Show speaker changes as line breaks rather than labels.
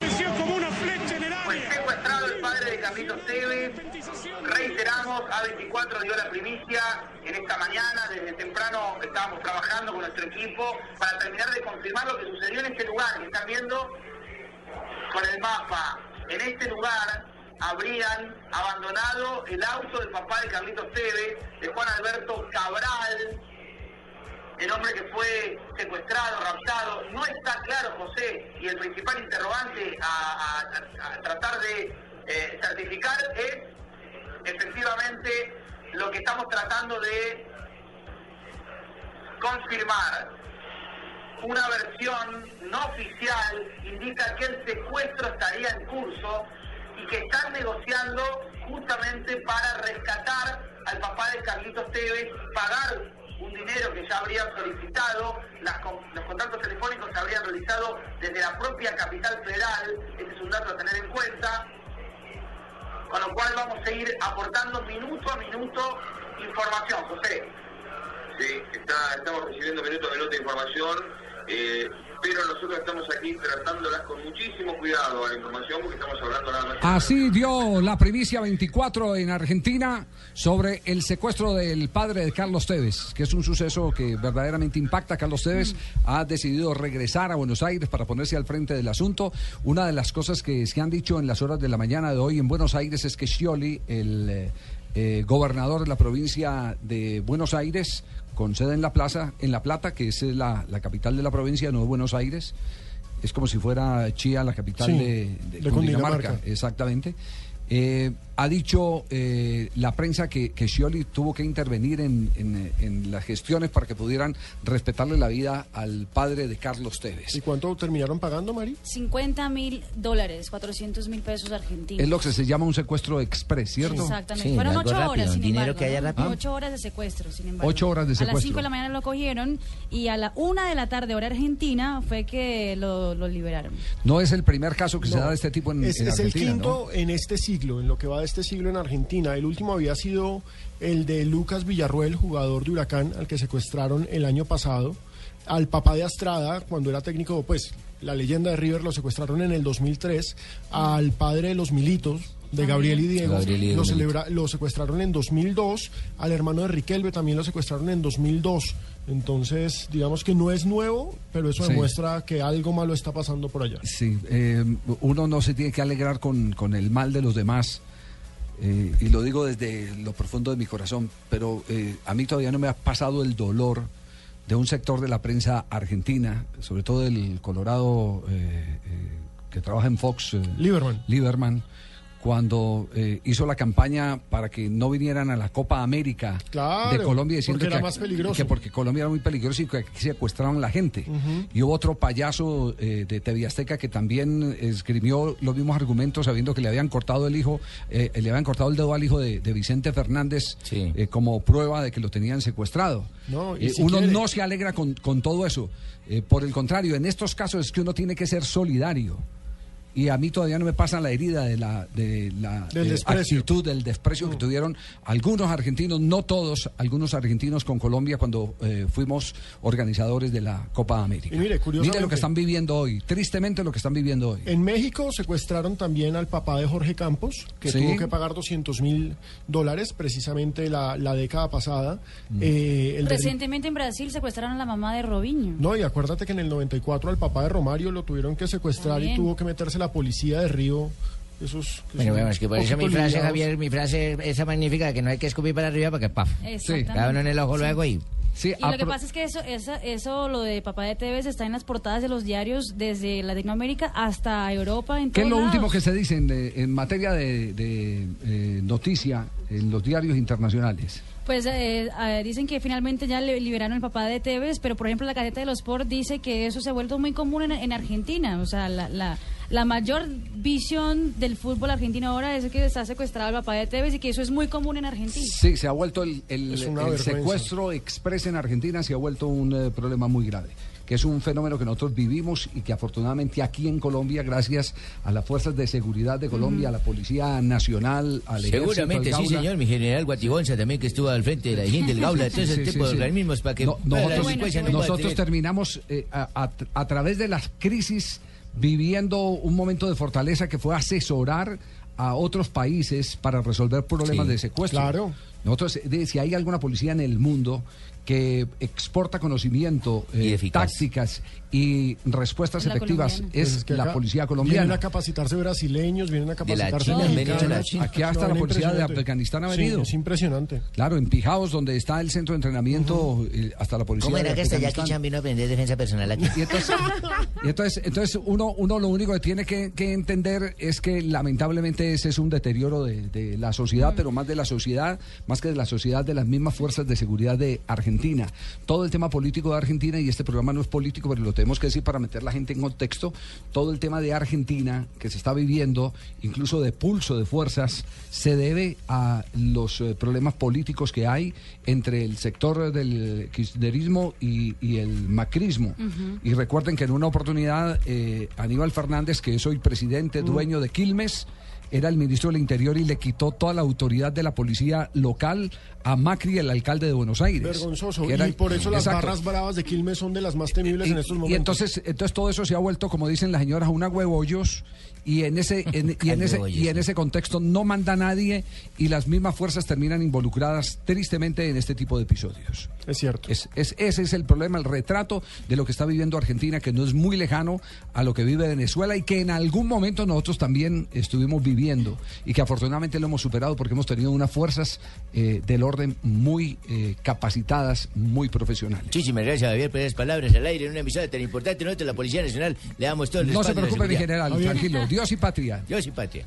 Apareció como una flecha en el
Fue
área.
secuestrado el padre de Carlitos Tevez. Reiteramos, A24 dio la primicia en esta mañana. Desde temprano estábamos trabajando con nuestro equipo para terminar de confirmar lo que sucedió en este lugar que están viendo con el mapa. En este lugar habrían abandonado el auto del papá de Carlitos Tevez, de Juan Alberto Cabral, el hombre que fue secuestrado, raptado, no está claro, José, y el principal interrogante a, a- a tratar de eh, certificar es efectivamente lo que estamos tratando de confirmar. Una versión no oficial indica que el secuestro estaría en curso y que están negociando justamente para rescatar al papá de Carlitos Tevez, pagar un dinero que ya habrían solicitado, las con- los contactos telefónicos se habrían realizado desde la propia capital federal, ese es un dato a tener en cuenta, con lo cual vamos a ir aportando minuto a minuto información, José. Sí, está- estamos recibiendo minuto a minuto de información, eh, pero nosotros estamos aquí tratándolas con muchísimo cuidado a la información porque estamos hablando nada más.
Así dio la primicia 24 en Argentina sobre el secuestro del padre de Carlos Tevez, que es un suceso que verdaderamente impacta. Carlos Tevez ha decidido regresar a Buenos Aires para ponerse al frente del asunto. Una de las cosas que se han dicho en las horas de la mañana de hoy en Buenos Aires es que Scioli, el eh, eh, gobernador de la provincia de Buenos Aires, con sede en La Plaza, en La Plata, que es eh, la, la capital de la provincia, no de Buenos Aires, es como si fuera Chía la capital
Sí,
de, de
de
Cundinamarca.
Cundinamarca.
Exactamente. Eh, ha dicho eh, la prensa que, que Scioli tuvo que intervenir en, en, en las gestiones para que pudieran respetarle la vida al padre de Carlos Tevez.
¿Y cuánto terminaron pagando, Mari?
50 mil dólares, 400 mil pesos argentinos.
Es lo que se llama un secuestro express, ¿cierto?
Exactamente.
Sí,
Fueron
algo
ocho
rápido,
horas, sin
dinero
embargo.
que haya
¿no?
rápido.
Ocho horas de secuestro, sin embargo.
Ocho horas de
A las
secuestro.
cinco de la mañana lo cogieron y a la una de la tarde, hora argentina, fue que lo, lo liberaron.
No es el primer caso que se da de este tipo en,
es,
en
es el
Argentina, ¿no?
quinto en este siglo, en lo que va de este siglo en Argentina. El último había sido el de Lucas Villarruel, jugador de Huracán, al que secuestraron el año pasado. Al papá de Astrada, cuando era técnico, pues la leyenda de River lo secuestraron en el 2003. Al padre de los Militos, de Gabriel y Diego,
Gabriel y Diego
lo,
Milito.
celebra- lo secuestraron en 2002. Al hermano de Riquelme también lo secuestraron en 2002. Entonces, digamos que no es nuevo, pero eso
Sí.
demuestra que algo malo está pasando por allá.
Sí, eh, uno no se tiene que alegrar con, con el mal de los demás. eh, y lo digo desde lo profundo de mi corazón, pero eh, a mí todavía no me ha pasado el dolor de un sector de la prensa argentina, sobre todo del Colorado eh, eh, que trabaja en Fox. eh,
Lieberman.
Lieberman, cuando eh, hizo la campaña para que no vinieran a la Copa América
Claro,
de Colombia diciendo
porque era
que,
más peligroso.
que porque Colombia era muy peligroso y que aquí secuestraron la gente. Y hubo otro payaso eh, de TV Azteca que también escribió los mismos argumentos sabiendo que le habían cortado el hijo, eh, le habían cortado el dedo al hijo de, de Vicente Fernández
Sí.
eh, como prueba de que lo tenían secuestrado.
No, y
Eh,
si
uno
quiere-
no se alegra con, con todo eso. Eh, por el contrario, en estos casos es que uno tiene que ser solidario. Y a mí todavía no me pasa la herida de la, de la
Del
eh,
desprecio. Mm.
actitud, del desprecio que tuvieron algunos argentinos, no todos, algunos argentinos con Colombia cuando eh, fuimos organizadores de la Copa América.
Y mire, curiosamente- Eh,
lo que están viviendo hoy, tristemente lo que están viviendo hoy.
En México secuestraron también al papá de Jorge Campos, que
Sí.
tuvo que pagar 200 mil dólares, precisamente la, la década pasada.
Mm.
Eh, el de-
Recientemente en Brasil secuestraron a la mamá de Robinho.
No, y acuérdate que en el 94 al papá de Romario lo tuvieron que secuestrar y
También.
tuvo que meterse la policía de Río. Esos, que
Bueno,
son
bueno, es que por eso mi
poquito
frase,
ligados.
Javier, mi frase esa magnífica de que no hay que escupir para arriba porque paf.
Exactamente.
Cada uno en el ojo luego y
Sí, ah,
Y lo que
apro-
pasa es que eso, esa- eso, lo de papá de Tevez está en las portadas de los diarios desde Latinoamérica hasta Europa. En
¿Qué es
todos
lo
lados.
último que se dice en, eh, en materia de, de, eh, noticia en los diarios internacionales?
Pues eh, eh, dicen que finalmente ya le- liberaron el papá de Tevez, pero por ejemplo la cadeta de los Sport dice que eso se ha vuelto muy común en, en Argentina. O sea, la, la- la mayor visión del fútbol argentino ahora es que está secuestrado el papá de Tevez y que eso es muy común en Argentina.
Sí, se ha vuelto el, el-
Es una
el
vergüenza.
secuestro express en Argentina, se ha vuelto un eh, problema muy grave que es un fenómeno que nosotros vivimos y que afortunadamente aquí en Colombia, gracias a las fuerzas de seguridad de Colombia, a la Policía Nacional, al ejército,
Seguramente,
al
sí,
Gaula,
señor. Mi general Guatigonza también, que estuvo al frente de la gente del Gaula. Todo
Sí,
ese
sí,
tipo de
sí.
organismos para que.
No,
para la
nosotros
delincuencia no pueda
nosotros
tener-
terminamos eh, a, a tr- a través de las crisis viviendo un momento de fortaleza que fue asesorar a otros países para resolver problemas
Sí,
de secuestro.
claro.
Nosotros, eh, de- si hay alguna policía en el mundo que exporta conocimiento,
Y
eh,
eficaz.
tácticas y respuestas
La
efectivas,
colombiana.
es,
Pues que
la
acá
policía
Vienen
colombiana.
a capacitarse brasileños, vienen a
De la
capacitarse
China, han venido
mexicanos.
de la China.
Aquí hasta
No,
la
era
policía de
impresionante.
Afganistán ha
Sí,
venido.
es impresionante.
Claro, en Pijaos, donde está el centro de entrenamiento, eh, hasta la policía.
¿Cómo
de
era que este, hasta Jackie
Afganistán.
Chan vino a aprender defensa personal aquí?
Y entonces, y entonces, entonces uno, uno lo único que tiene que, que entender es que lamentablemente ese es un deterioro de, de la sociedad, pero más de la sociedad, más que de la sociedad de las mismas fuerzas de seguridad de Argentina. Todo el tema político de Argentina, y este programa no es político, pero lo tenemos que decir para meter la gente en contexto, todo el tema de Argentina que se está viviendo, incluso de pulso de fuerzas, se debe a los eh, problemas políticos que hay entre el sector del kirchnerismo y, y el macrismo. Y recuerden que en una oportunidad eh, Aníbal Fernández, que es hoy presidente,
Mm.
dueño de Quilmes, era el ministro del Interior y le quitó toda la autoridad de la policía local a Macri, el alcalde de Buenos Aires.
Vergonzoso.
que era-
y por eso las
Exacto.
barras bravas de Quilmes son de las más temibles
Y-
en estos
y
momentos.
entonces, entonces todo eso se ha vuelto, como dicen las señoras, una huevollos y en ese en- y en ese
Caldebollos,
y en
sí.
ese contexto no manda nadie y las mismas fuerzas terminan involucradas tristemente en este tipo de episodios.
Es cierto.
Es, es- ese es el problema, el retrato de lo que está viviendo Argentina, que no es muy lejano a lo que vive Venezuela y que en algún momento nosotros también estuvimos viviendo y que afortunadamente lo hemos superado porque hemos tenido unas fuerzas eh, del orden muy eh, capacitadas, muy profesionales.
Muchísimas gracias, Javier, por esas palabras al aire en una emisora tan importante. Nosotros, la Policía Nacional, le damos todo el
No se
respaldo y la
preocupe, mi
seguridad.
general,
Javier.
tranquilo. Dios y patria.
Dios y patria.